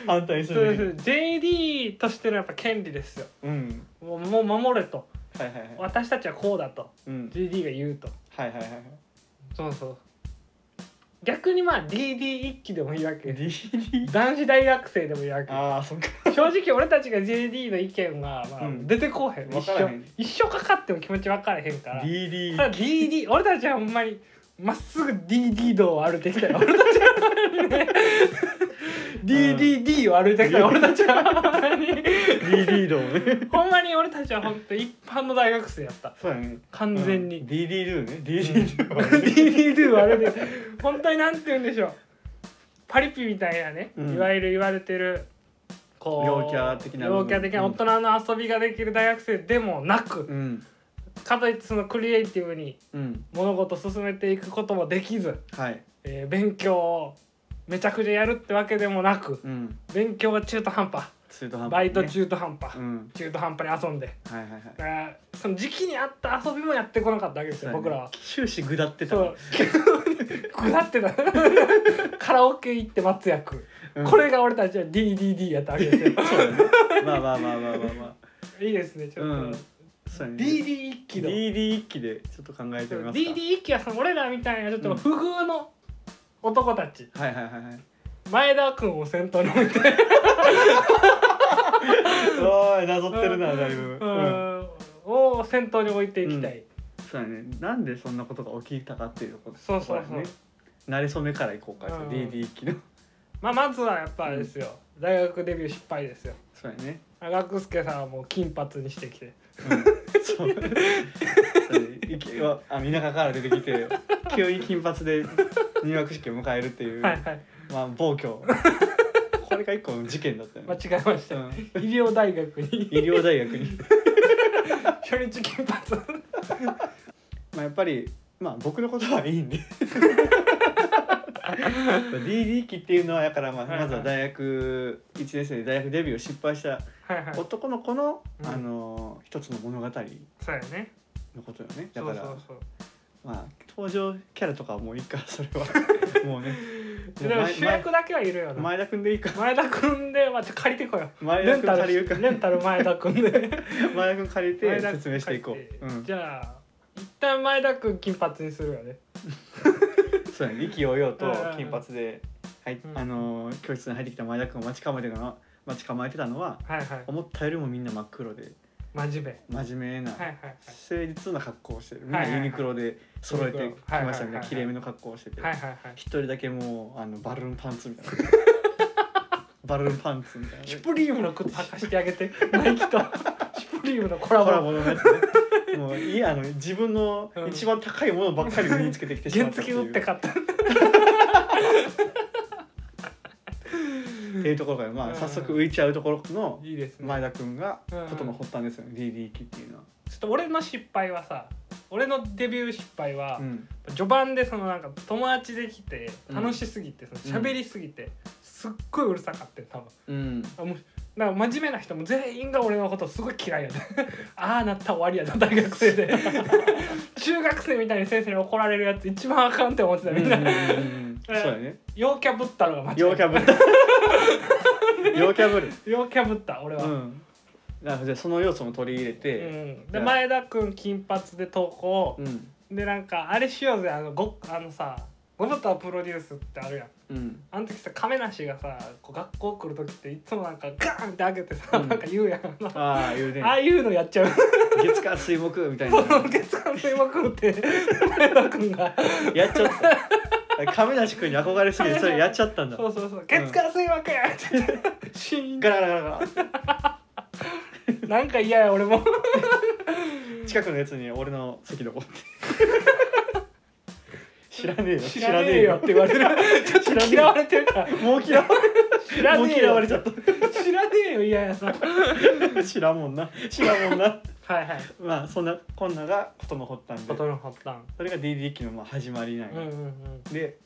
反対す
そうで
る
す
ね
JD としてのやっぱ権利ですよ
うん
もうもう守れと
はいはいはい
私たちはこうだと
うん
JD が言うと
はいはいはいはい
そうそう逆にまあ DD 一揆でもいいわけ
DD
男子大学生でもいいわけ
ああそっか
正直俺たちが JD の意見は、まあ
うん
出てこうへん
わ
一
からへ
生
ん
一生かかっても気持ち分からへんからた
DD
<laughs> だ DD 俺たちはほんまにまっすぐ DD 道を歩いてきた
<laughs>
よ俺たちは、ね、DDD を歩いてきたよ俺たちはほんまに
DD 道ね
ほんまに俺たちは本当一般の大学生やった
そうやね
完全に、
うん DD 道ね DD 道
DD 道を歩いて本当になんて言うんでしょうパリピみたいなね、
うん
いわゆる言われてるこう
陽キャ的な部分
陽キャ的な大人の遊びができる大学生でもなく、
うん
かといってそのクリエイティブに
うん
物事を進めていくこともできず、
はい
えー勉強をめちゃくちゃやるってわけでもなく
うん
勉強は中途半端
中途半端ね
バイト中途半端、
うん
中途半端に遊んで
はいはいはい
だからその時期に合った遊びもやってこなかったわけですよ、僕らは。
終始下ってた
そ
ね
う <laughs> グラってたカラオケ行って松屋君、
うん
これが俺たちは DDD やったわけですよ
そうだね。まあまあまあまあまあま
<laughs> いいですねち
あ。
ょっ
う
と、
ん。そうやね。
DD 一揆の
DD 一揆でちょっと考えてみます
DD 一揆はその俺らみたいなちょっと不遇の男たち、
か。はいはいはいはい。
前田君を先頭に置いて、
おいなぞってるなだいぶ。
う
うん。
んを先頭に置いていきたい、
そうやね。なんでそんなことが起きたかっていうこと。
そうそうそう
ここやね。慣れ初めからいこうか。
うん
DD 一揆の。
まあ、まずはやっぱあれですよ、大学デビュー失敗ですよ
そうや
<laughs>
ね、
長久助さんはもう金髪にしてきて
うん、そう勢いはあ田舎から出てきて急に金髪で入学式を迎えるっていう、
はいはい
まあ暴挙これが一個の事件だったよ
間
ね、
違えました、
うん
医療大学に
医療大学に
初日金髪
まあやっぱりまあ僕のことはいいん
<laughs>
で DD 期っていうのはだからまあ
はいはい
まずは大学1年生で大学デビューを失敗した
はいはい
男の子の、
うん
あのー一つの物語の
そうやね
ことよねだ
そ
か
う
ら
そうそう
まあ登場キャラとかはもういいか <laughs> そ
<laughs>
れはもうね
でも主役だけはいるよな
前田君でいいか
前田君でまあちょっと借りてこよう
前
<laughs>
田
レン
君
タ
借り
ル
るか
レンタル <laughs> 前田君で
前田君借り
前
て
田君
説明していこ
借りて
う、うん、
じゃあ一旦前田君金髪にするよね
そうやね意気揚々と
うんうんうん
金髪で、はい
うん
あのー教室に入ってきた前田君を待ち構えてたのは待ち構えてたのは
はいはい
思ったよりもみんな真っ黒で
真面目
真面目な、
はいはいはい
誠実な格好をしてるみん
は
ない
はいはい
ユニクロで揃えてきましたみ
はいはいはい
た
はい
なきれいめの格好をしてて
はいはいはい
一人だけもうあのバルーンパンツみたいなバルーンパンツみたいな
シュプリームの靴履かしてあげ <laughs> てナイキとシュプリームのコラ
コラボ
ボ
のやつねもういやあの自分の
うん
一番高いものばっかり身につけてきてしま
原
ったって
付
い
打っ
う
て買った
っていうところから、ま
うん
あ、早速浮いちゃうところの
いいですね
前田君が
うん
ことの発端ですよね DD 期っていうのは。
ちょっと俺の失敗はさ俺のデビュー失敗は、
うん
序盤でそのなんか友達できて
うん
楽しすぎて、その喋りすぎて、すっごいうるさかって多分
うん
あもうなんか真面目な人も全員が俺のことすごい嫌いやで <laughs> ああなったら終わりやな大学生で <laughs> 中学生みたいに先生に怒られるやつ一番あかんって思ってたみんな、
うんうんうんそうやね
陽キャぶったのが間違い
陽キャ
<laughs>
ブル陽キャブル
陽キャぶった俺は、う
うんん、なのでその要素も取り入れて、
で前田君金髪で投稿
う、ん
でなんかあれしようぜあのごあのさゴブタプロデュースってあるやん
うん
あの時さ亀梨がさこう学校来る時っていつもなんかガーンって開けてさ、
うん
なんか言うやんあ
ああ言うね
あいうのやっちゃう
月火水木みたいな
その月間水木って <laughs> 前田君が
やっちゃった <laughs> 亀梨君に憧れすぎてそれやっちゃったんだ
そうそうそう月間水木やって言ってシーン
ガラガラガラガラ
なんか嫌や俺も
近くのやつに俺の席どこ <laughs> って知らねえよ
知らねえよって言われる <laughs> ちょっと嫌われてるから
もう嫌わ
知ら
もう
ねえ
嫌
よ
われちゃった
知らねえよ嫌やなはい
知らんもんな知らんもんな
はい
まあそんなこんながことの発端で
ことの発端
それが DD 期のまあ始まりなん
うんう
や
ん
で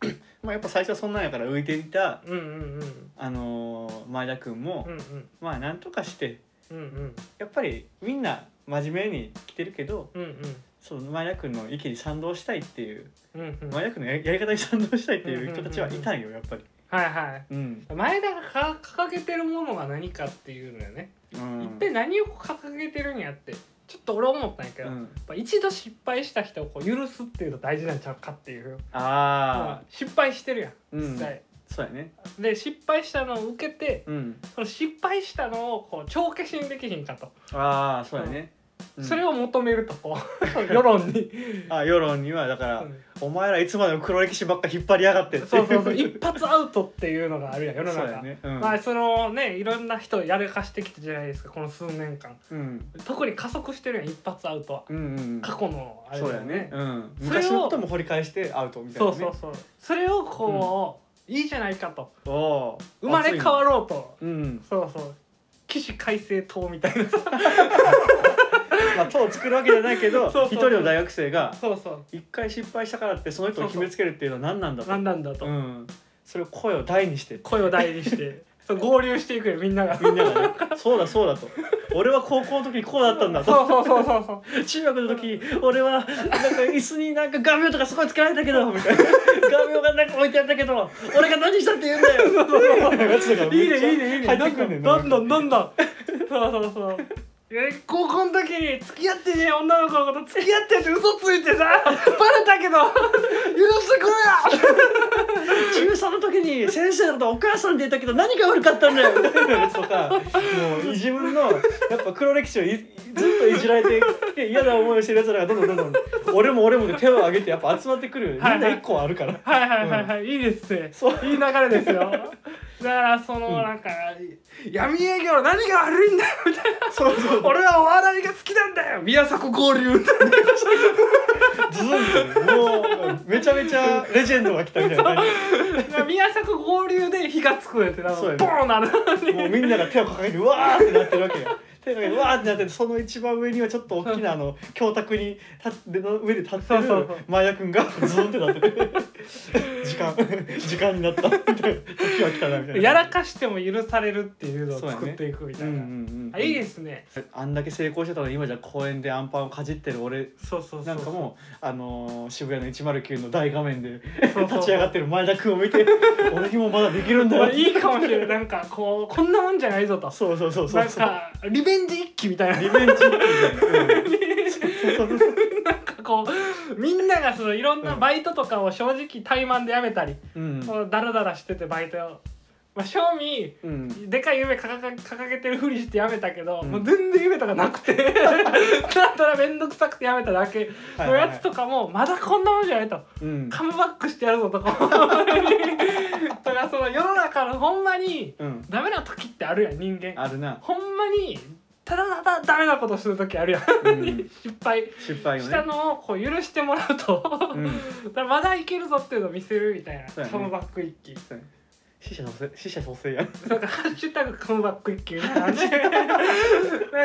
<clears throat> まあやっぱ最初はそんなんやから浮いていた
うんうんうんうん
あのー前田君も、
うん
まあなんとかして
うんうん
やっぱりみんな真面目に来てるけど
うんうん
その前田君の意見に賛同したいっていう、
うんうん
前田君のややり方に賛同したいっていう人たちはいたんよやっぱり。
はいは
う
い
ん
前田がか掲げてるものが何かっていうのよね、
うん
いっぺん何を掲げてるんやってちょっと俺思ったんやけ
う
ど、やっ
ん、
ぱ一度失敗した人をこう許すっていうの大事なんちゃうかっていう、
ああ、
失敗してるやん
うん
実際、
そうやね。
で失敗したのを受けて
うん、
その失敗したのをこう帳消しにできひんかと、
ああそうやね。うん
それを求めるとこ
<laughs>
う世論に、
あ世論にはだから、
うん
お前らいつまでも黒歴史ばっか引っ張りやがってって
そうそうそう一発アウトっていうのが
<laughs>
あるやん世の
そう
中
やね。うん、
まあそのねいろんな人をやらかしてきたじゃないですかこの数年間
うん、
特に加速してるやん一発アウトは
うん、うん、
過去のあれ
そう
だ
や
よ
ね
ね。
うん、
それを
昔のことも掘り返してアウトみたい
そ
な、
う
ね。
そうそうそれをこう、いいじゃないかと
う。おー
生まれ変わろうと
熱いなうん。
そうそう起死回生党みたいなさ
まあ党を作るわけじゃないけど
<laughs> そうそう
一人の大学生が
そうそ
一回失敗したからってその人を決めつけるっていうのは何なんだ
う
と
何なんだと、
うん、それを声を大に
<laughs>
して
声を大にして <laughs> そう合流していくよみんなが。
みんながね「そうだそうだ」と「俺は高校の時にこうだったんだ」と
そうそうそうそう
「
そう
中学の時俺はなんか椅子になんか画面とかすごいつけられたけど」みたいな「画面がなんか置いてあったけど俺が何したって言うんだよ」 <laughs>
<laughs> いいねいいねいいね
入ってくんねん
どんどんどんどんどんそうそうそうえ高校の時に付き合ってね女の子のこと付き合ってって嘘ついてさバレたけど <laughs> 許してくれよ
中3の時に先生だとお母さんって言ったけど何が悪かったんだよみたいなやつとかもう自分のやっぱ黒歴史をいずっといじられて嫌な思いをしてるやつらがどんどんどんどん俺も俺もで手を挙げてやっぱ集まってくるよねみんな一個はあるから
はいはいはいはい、いいですね
そう <laughs>
いい流れですよだからそのなんか、闇営業の何が悪いんだよみたいな
そうそう
俺はお笑いが好きなんだよ宮迫合流
ズズンってもうめちゃめちゃレジェンドが来たみたいな感
<laughs> 宮迫合流で火がつくやってな
そうやね
ボーンなる
じもうみんなが手を掲げてうわーってなってるわけよ手をかけてうわーってなっててその一番上にはちょっと大きなあの教卓に立っての上で立って
そう
る
そうそう
前田君がズンってなってて時間 <laughs> 時間になったみたいな時は来たなみたいな
やらかしても許されるっていうのを
そうやね
作っていくみた
う
い
んう
な、
ん
あ
うん
いいですね
あんだけ成功してたのに今じゃ公園でアンパンをかじってる俺
そうそうそう
なんかもうあのー渋谷の109の大画面で
そうそう
立ち上がってる前田君を
<laughs>
見て俺にもまだできるんだよ
俺いいかもしれないなんかこうこんなもんじゃないぞと
そうそうそうそう
なんかリベンジ一揆みたいな
リベンジって
<laughs>
いうのうんそうそうそう
なんかこうみんながそのいろんなバイトとかを正直怠慢でやめたり、
うん
こうダラダラしててバイトを、まあ、正味
うん
でかい夢掲げ掲げてるふりしてやめたけど、
うん
もう全然夢とか
<laughs>
なくてだったら面倒くさくてやめただけ
はい
の
はい
や
は
つ
い
とかもまだこんなもんじゃないと
うん
カムバックしてやる
<laughs>
ぞとかだからその世の中のほんまに
うん
ダメな時ってあるやん人間
あるな
ほんまにただただダメなことする時あ
<laughs>
るやん
うん
失敗
失敗を
し
ね
たのをこう許してもらうと
うん
<laughs> だからまだいけるぞっていうのを見せるみたい
そう
な
やね
カムバック一揆
死者蘇生死者蘇生や
なんか「ハッシュタグカムバック一揆」みた
<laughs>
いな感じでなんか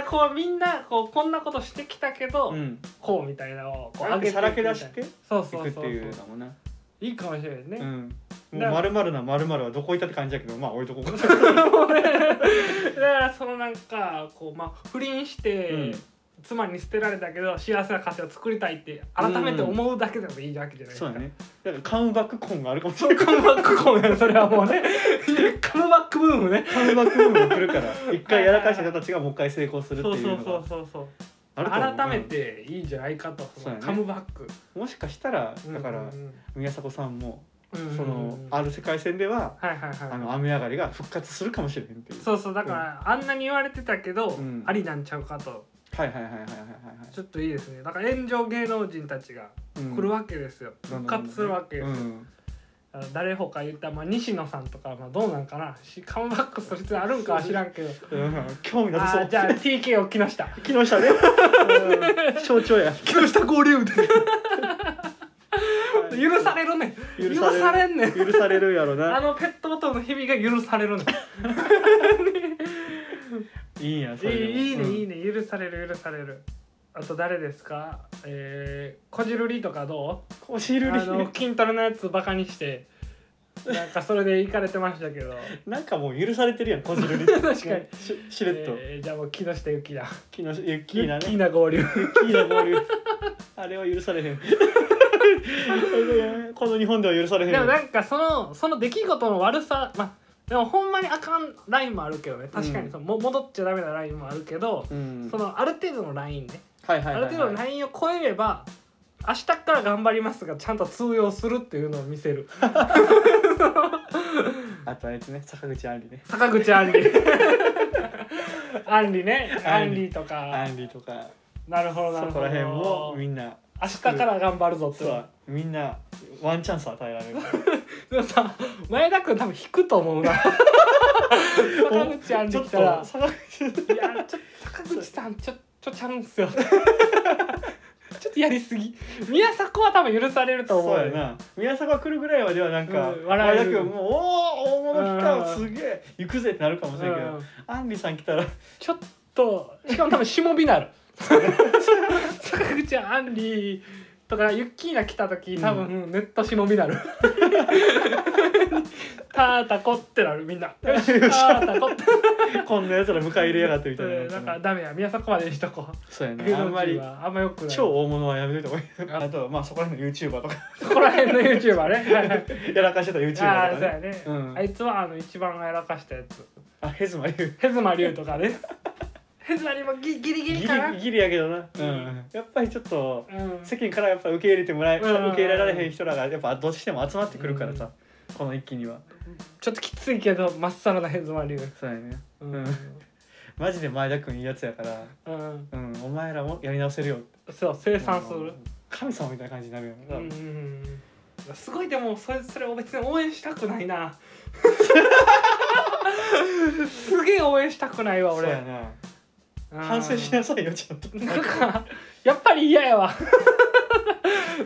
こうみんなこうこんなことしてきたけど、
うん
こうみたいなのをこう
なんか
ていく
さらけ出してい
そうそう
く
そ
って
うそう
いうのもな
ういいかもしれないですね、
うんもう
だから
丸々な丸々はどこ行ったって感じやけどまあ置いとこうか
もうねだからそのなんかこう、まあ、不倫して、
うん
妻に捨てられたけど幸せな家庭を作りたいって改めて思うだけでもいいわけじゃないですか、
そうだねだからカムバック婚があるかもしれ
そ
な
の
い
<laughs> カムバック婚やそれはもうね <laughs> カムバックブームね
カムバックブームが来るから一回やらかした人たちがもう一回成功するって
そう
い
そううそ
の
うそうそう
が
改めていいんじゃないかとそ
そうや
の
ね
カムバック
もしかしたらだか
うん
ら宮迫さんも
うんうん
その
うん
ある世界線では
はいはいはい
あの雨上がりが復活するかもしれへんっていう
そうそうだから、あんなに言われてたけど、
うん
ありなんちゃうかと
はいはいはいはいはいはいはい
ちょっといいですねだから炎上芸能人たちが
うん
来るわけですよ、
どん
復
どんどんどん
活するわけです
う
よ、
ん
あの誰ほか言った、まあ、西野さんとか、まあ、どうなんかなしカムバックする必要あるんかは知らんけど
うん興味な
あ
さそ
ー
う
じゃあ TK を木下
木下ねうん象徴や
木下合流で許されるね許されんねん
許されるやろ
あ
な
のペットボトルの日々が許されるね
いいんやそ
い
れでも
いいいねいい
ね
ね許される許されるあと誰ですかえー、こじるりとかどう
お <laughs> しる
あの
り
筋トレのやつバカにしてなんかそれで行かれてましたけ
<laughs>
ど
なんかもう許されてるやんこじるり
<laughs> 確かに
ねししれっと
えーじゃあもう木下ゆきだ
木下ゆっきーなね
ゆきな合流
ユッキーナ合流あれは許されへ
<laughs>
んこの日本では許されへん
でもなんかそのその出来事の悪さまあでもほんまにあかんラインもあるけどね確かにその、も戻っちゃダメなラインもあるけど、
うん
そのある程度のラインね、
はいはいはい、はい、
ある程度のラインを超えれば明日から頑張りますがちゃんと通用するっていうのを見せる
あとあいつね坂口あんりね
坂口あ
<laughs>
ん <laughs> りあんりねあんりと
あ
か
んりとか
なるほ
そ
どなる
こ
ほど
ら辺もみ
明
んな
日から頑張るぞって
そうみんなワンチャンス与えられる
でもさ前田君多分引くと思う <laughs> な坂口あん
ち
り
ょっ
来
と
たら
坂口
いやちょっと坂口さんちょちょちゃうんすよ <laughs> ちょっとやりすぎ宮迫は多分許されると
<laughs>
思
そううやな宮迫来るぐらいはではなんか、
うん笑え
前
る
田君もうおお大物来たわ
うん
すげえ行くぜってなるかもしれんけ
う
ど
ん
あんりさん来たら <laughs>
ちょっとしかも多分下火なる <laughs> 坂口あんりとかユッキーナ来た時多分ネット下火なる <laughs> タータコってなるみんな <laughs> よしタータコって
こんな奴ら迎え入れやがってみたい
うん
な
なんかダメや宮迫までにしとこ
そうや <laughs>
う
なあんま
芸
り
能人はあんまよくない
超大物はやめといた方がいいあとはまあそこら辺の YouTuber とか
そこら辺の YouTuber
<laughs>
ねはいはい
やらかしてた
あ
YouTuber
あ
と
そう
かね
やね、
うん
あいつはあの一番やらかしたやつ
あヘズマリュ
ヘズマリュウと
<laughs>
かねヘズマリュウもギギリギ
ギ
リ
リ
かな
ギリやけどな、うん
うん
やっぱりちょっと
うん
世間からやっぱ受け入れてもらえ、
うん
受け入れられへん人らがやっぱどうしても集まってくるからさ、この一気には
ちょっときついけどまっさらなヘズマリュウ
そうやね
うん
うんマジで前田君いいやつやから、
うん
うん、お前らもやり直せるよって
そう生産する
神様みたいな感じになるよ、
う
ね
んうん
<laughs>
うんすごいでもそれそれを別に応援したくないな <laughs> すげえ応援したくないわ
そうや
俺
な
うん
反省しなさいよちゃんと
なんかやっぱり嫌やわ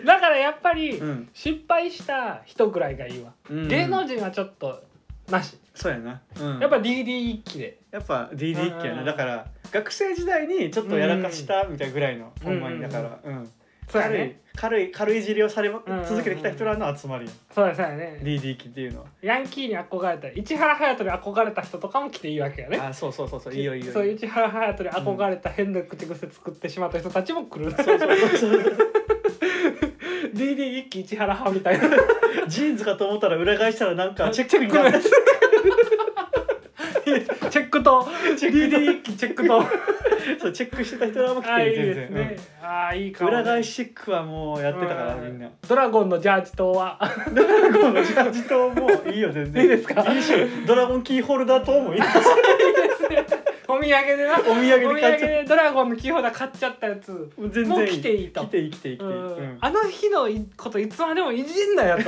だからやっぱり
うん、
失敗した人ぐらいがいいわ、
うん、
芸能人はちょっとなし、
そうやな、うん、
やっぱ DD 一期で
やっぱ DD 一家や
う
なんだから学生時代にちょっとやらかしたみたいなぐらいの、ほんまにだから、うん
そうや
軽い
ね
軽い軽いじりをされま
うんうんうん
続けてきた人らの集まりや、
そうやそうやね
DD 期っていうのは、
ヤンキーに憧れた市原隼人に憧れた人とかも来ていいわけやね
あそうそうそうそういいよいいよ
そう
いいよ
市原隼人に憧れた変な口癖作ってしまった人たちも来る、
そうそうそうそう
DD 一期市原派みたいな
<laughs> ジーンズかと思ったら裏返したらなんかチェックになって
チェックと
チェックと
DD 一期チェックと
そうチェックしてた人らも来
あ
て
あい
る
いです
全然、
ね、ああいい
うん
顔
裏返しチェックはもうやってたからみんな
ドラゴンのジャージとは <laughs>
ドラゴンのジャージともういいよ全然
いいですか
いいしドラゴンキーホルダーともいい
お土産で <laughs> なお土
産で買っちゃった
でドラゴンのキーホルダー買っちゃったやつ
全然
もう来ていいと
来ていい来ていい来ていい、
う
うんん
あの日のこといつまでもいじんなよ
<laughs>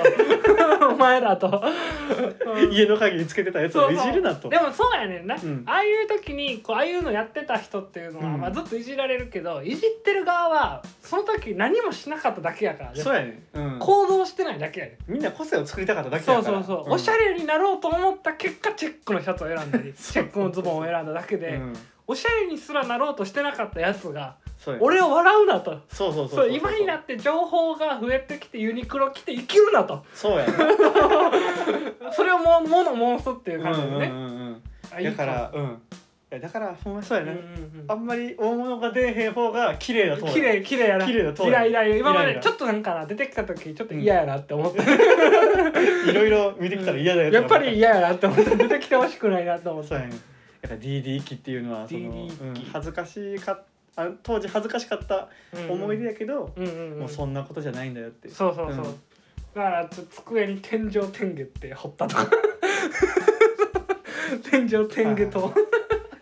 とお前らと、うん
家の鍵につけてたやつをいじるなと
でもそうやねんな、
うん
ああいう時にこうああいうのやってた人っていうのは、
うん
まあ、ずっといじられるけどいじってる側はその時何もしなかっただけやからね
そうやね、うん、
行動してないだけやねん
みんな個性を作りたかっただけ
そ
だ
う
か
そ
ら
うそう、
ん
おしゃれになろうと思った結果チェックのシャツを選んだ
<laughs>
りチェックのズボンを選んだだけで、
うん
おしゃれにすらなろうとしてなかったやつが
そうや
俺を笑うなと
そうそうそう
そう今になって情報が増えてきてユニクロ着て生きるなと
そうやね
それをももの申すっていう
うんう
感じで
んう
ね、
ん
あ
うん
いい
だからうんいやだからほんまそうや
うんう
ね、
んうん
あんまり大物が出えへん方が綺麗だと思う
綺麗綺麗やな
綺麗な塔
イライラ今
イ
ま
ライ
で
ラ
ちょっとなんかな出てきた時ちょっと嫌やなって
<laughs>
思った、
いろいろ見てきたら嫌だよ
やっぱり嫌やなって思った出てきてほしくないなって思っ
そ
た
うやねだから DD 期っていうのはその、
DD 期
うん恥ずかしかった当時恥ずかしかった思い出やけど、
うんうんうん
もうそんなことじゃないんだよって
そうそうそう、
うん
だからちょ机に天井天下って掘った
<laughs>
とか天井天下と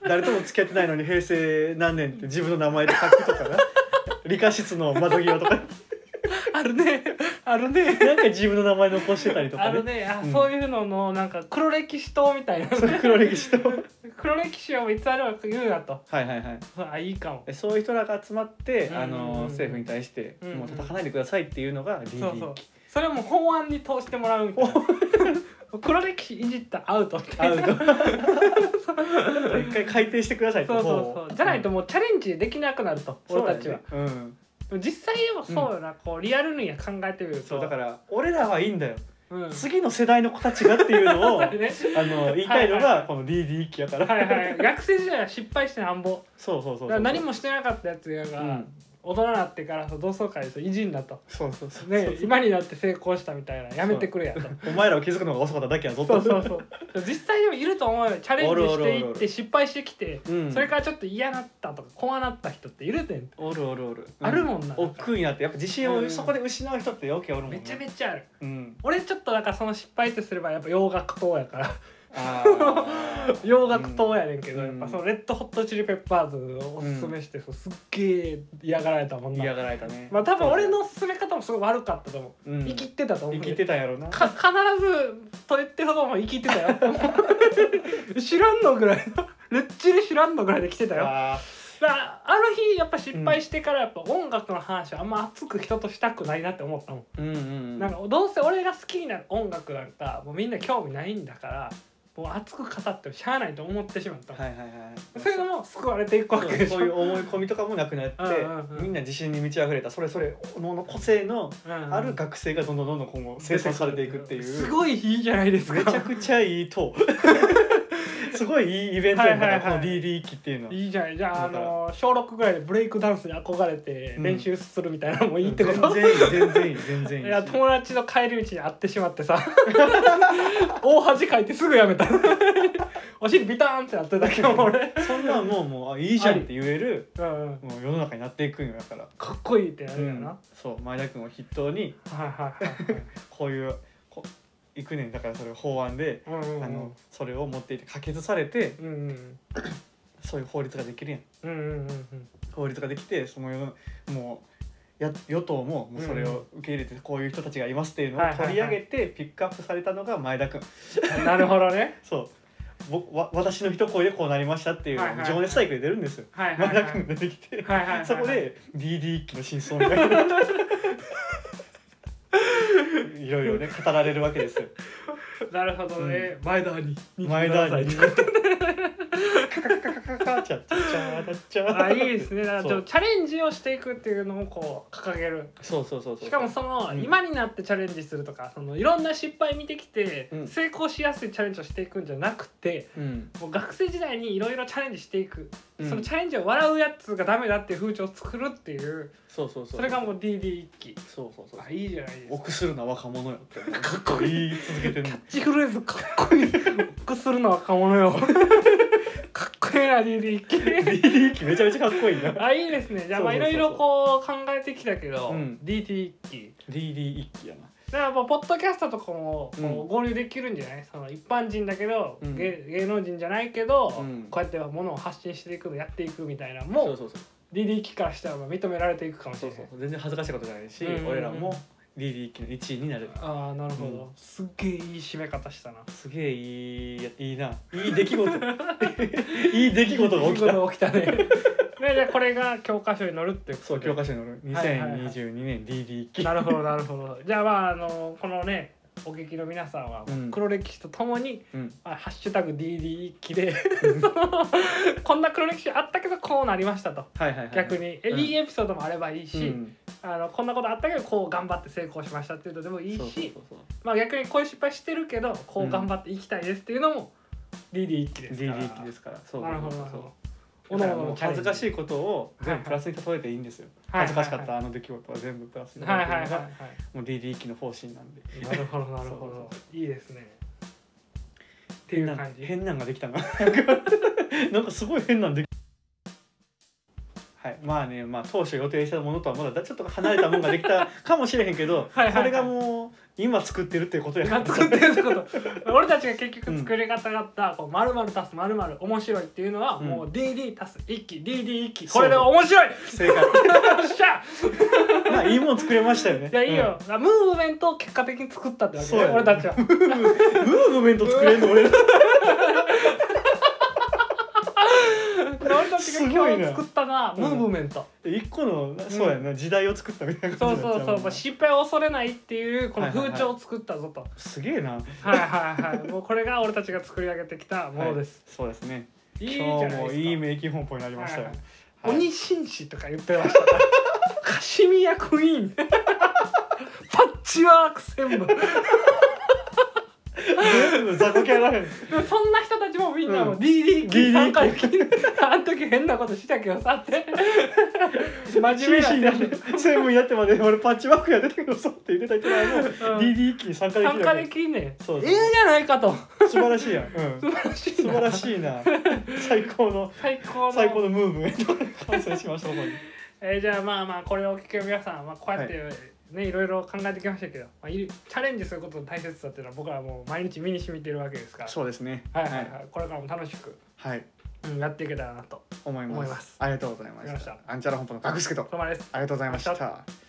誰とも付き合ってないのに平成何年って自分の名前で書くとかな <laughs> 理科室の窓際と
<laughs>
か
あるねあるね
なんか自分の名前残してたりと
あ
か
る
ね
ねあ、
うん
そういうののなんか黒歴史党みたいな
そう黒歴史とはい
黒歴史をいつあれば言うなと
はいはい
あいいかも
でそういう人らが集まって、
うん
あの政府に対して、
うん
もう叩かないでくださいっていうのが DD
そうそうそれも法案に通してもらう
<laughs>
みたいな黒歴史いじったらアウトって
アウト <laughs> 一回改定してください
そう
も
そうそうじゃないともうチャレンジできなくなると
そう
俺たちは、
だよねうん
でも実際でもそうよな、こうリアルに考えてみると
そうだから俺らはいいんだよ、
うん
次の世代の子たちがっていうの
<laughs>
をあ
ね
の言いたいの
はいはいは
がこの DD 期やから、
はいはい学生時代は失敗してなんぼ
そうそうそう
だか
そ
ら
う
何もしてなかったやつ
う
が、
ん
大人になってからさ同窓会でさ偉人だと、
そうそうそう
ね
そうそう
今になって成功したみたいなやめてくれやと
お前らを気づくのが遅かっただけやぞ
そう
と
そうそう実際でもいると思うよチャレンジして
おるおるお
い
る
っ
お
て
る
失敗してきて、
うん
それからちょっと嫌なったとか怖なった人っているでん
おるおるおる、
あるもんな
おっくんやってやっぱ自信をそこで失う人ってよけおるもんね
めちゃめちゃある
うん
俺ちょっとだからその失敗とすればやっぱ洋楽党やから <laughs>
あー
洋楽党やねんけど、
うん
やっぱそのレッドホットチリペッパーズをおすすめして、そうすっげえ嫌がられたもんな
嫌がられたね
まあ多分俺の進め方もすごい悪かったと思う、
うん
生きてたと思
生
う
きてたんやろな
か必ずと言ってほども生きて
<laughs>
たよ知らんのぐらいのレッチリ知らんのぐらいで来てたよだか
あ
らあの日やっぱ失敗してからやっぱ音楽の話はあんま熱く人としたくないなって思ったもん、
ーうんうん
なんかどうせ俺が好きになる音楽なんかもうみんな興味ないんだからもう熱く語ってもしゃあないと思ってしまったもん、
はいはいはい
そういうのも救われていくわ
そ
け
う
でしょ <laughs>
そういう思い込みとかもなくなって
うんうんうん
みんな自信に満ち溢れたそれそれのの個性のある学生がどんどんどんどん今後生産されていくっていう
すごいいいじゃないですか
めちゃくちゃいい
<laughs>
とすごいいいイベントやか
はい
ら
はい
こ
は
の
い
DD 期っていうのはい
いじゃないじゃああ
だから
の小6ぐらいでブレイクダンスに憧れて
うん
練習するみたいなのもいいってこと、
全然いい全然いい全然いい
いや友達の帰り道に会ってしまってさ大恥かいてすぐやめた <laughs> お尻ビターンってなってたけど俺、
そんなんもうもうあいいじゃんって言える
うん、
もう世の中になっていくんよだから、
かっこいいってな
う
るよな、
ん、そう前田君を筆頭に
はいはいはい
こういうこいくねんだからそれ法案で、
はいうんうんうん
あのそれを持っていて可決されて
うんうん
そういう法律ができるやん
うんうんうん
法律ができてその世のもうや与党ももうそれを受け入れてこういう人たちがいますっていうの
は
を
いはいはい
取り上げてピックアップされたのが前田君
うんなるほどね
そう僕わ私の一声でこうなりましたっていう
はいはいはい
情熱大会で出るんですよ
はいは
真ん
いはい
中に出てきて
はいはいはいはい
そこで DD 一揆の真相みたいないろいろね語られるわけですよ
なるほどね、前田に
前田に
27
カカカカカカカチャチャチャチャチャ
あいいですねだからち
そ
ょ
う
チャレンジをしていくっていうのをこう掲げる
そうそうそうそう
しかもその、
うん
今になってチャレンジするとかそのいろんな失敗見てきて、
うん
成功しやすいチャレンジをしていくんじゃなくて
うん
もう学生時代にいろいろチャレンジしていく、
うん
そのチャレンジを笑うやつがダメだっていう風潮を作るっていう
そうそうそう
それがもう DD 一揆
そうそうそう
あいいじゃないですか
臆するな若者よってかっこいい言い続けてるの
ジフレーズかっ
<laughs>
こいい臆するの若者よかっこいいな DD 一
<laughs>
揆
DD 一揆めちゃめちゃかっこいいな
あいいですねじゃあまあ
そ
いう
そう
ろ
そう
い
そう
ろこう考えてきたけど、
うん
DD 一揆
DD 一揆やな
だからもうポッドキャストとかも
うん
こう合流できるんじゃない、その一般人だけど、
うん
芸芸能人じゃないけど、
うん
こうやってものを発信していくのやっていくみたいなの
そう
も
そうそう
DD 機からしたら認められていくかもし
そ
れ
う
ない
そうそう全然恥ずかしいことじゃないし、
うんうんうん
俺らも DD 一揆の1位になれる
ああなるほど、
うん
すっげえいい締め方したな
すげえいいやいいないい出来 <laughs> 事いい出来事が起きた
起きたねねじゃあこれが教科書に載るっていう
そう教科書に載る
はいはいはい
2022年 DD 一揆
なるほどなるほどじゃあまああのこのねお聞きの皆さんは
うん
黒歴史とともに
うん
「あハッシュタグ #DD 一揆」でその <laughs> こんな黒歴史あったけどこうなりましたと
はいはいはい
逆に、え
うん
いいエピソードもあればいいし、
うん
あのこんなことあったけどこう頑張って成功しましたっていうのでもいいし
そうそうそうそう
まあ、逆にこういう失敗してるけどこう頑張っていきたいですっていうのも DD 一揆ですから
DD 一揆ですからそう
なるほどなる
そ
ほ
うそ
ど
うだからもう恥ずかし
い
いことを全部プラスに例えていいんですよ恥ずかしかったあの出来事は全部プラスに例え
はい
て
はいはい
い
は
の
い
がもう DD 一揆の方針なんで
なるほどなるほどいいですねっていう感じ
変なんができたななんかすごい変なんできはいまあねまあ当初予定したものとはまだだちょっと離れたものができたかもしれへんけど
はいはいはい
それがもう今作ってるっていうことやから
作ってるっ
<laughs>
てこと俺たちが結局作り方があったこう丸々足す丸々面白いっていうのはもう DD 足す一揆 DD 一揆これで面白いよ
正解
っしゃ
まあいいもん作れましたよね
<laughs> いやいいよ、ムーブメントを結果的に作ったってわけ
そう
ね
やね
俺
<laughs>
たちは
うんムーブメント作れんの俺ら
俺たちが
すご
今
い
日
な
作ったのは
うん
ムーブメント、
一個のそうやな時代を作ったみたいな
そ
感
う
じにな
そ
っち
う
ゃ
そうう
もん
もう失敗を恐れないっていうこの
はいはいはい
風潮を作ったぞと
すげえな
はいはいはいもうこれが俺たちが作り上げてきたものです、
はいそうですね
い、いじゃない
今
です
日
か
もいい名義本舗になりましたよ、
はい
はい
鬼紳士とか言って
<laughs>
ましたからカシミヤクイーンパッチワーク専務
全部雑魚キャラやん <laughs>
でもそんな人たちもみんなも
うん
DD 期参加
DD
できる、あの時変なことしたけどさって真面目な
になって専務になってまで俺パッチワークやってたけどさって言ってた人らもう DD 機に参加でき
参
る
加
わ
で
け
きんねん
そうそう
ええじゃないかと
素晴らしいやん、うん
素晴らしい
素晴ら
い
しいな最高の
最高の
最高のムーブメントが完成しましたここに
えーじゃあまあまあこれをお聞きの皆さん、まあ、こうやってね、い、ろいろ考えてきましたけど、まあ、いるチャレンジすることの大切さっていうのは僕らはもう毎日身に染みてるわけですから
そうですね
はいはいはい、これからも楽しく、
はい
うん、やっていけたらなと
思います
思います
ありがとうございま
わかりま
し
した
たアンチャラ本舗の学助と
そこまでです
ありがとうございまし
ありがと
た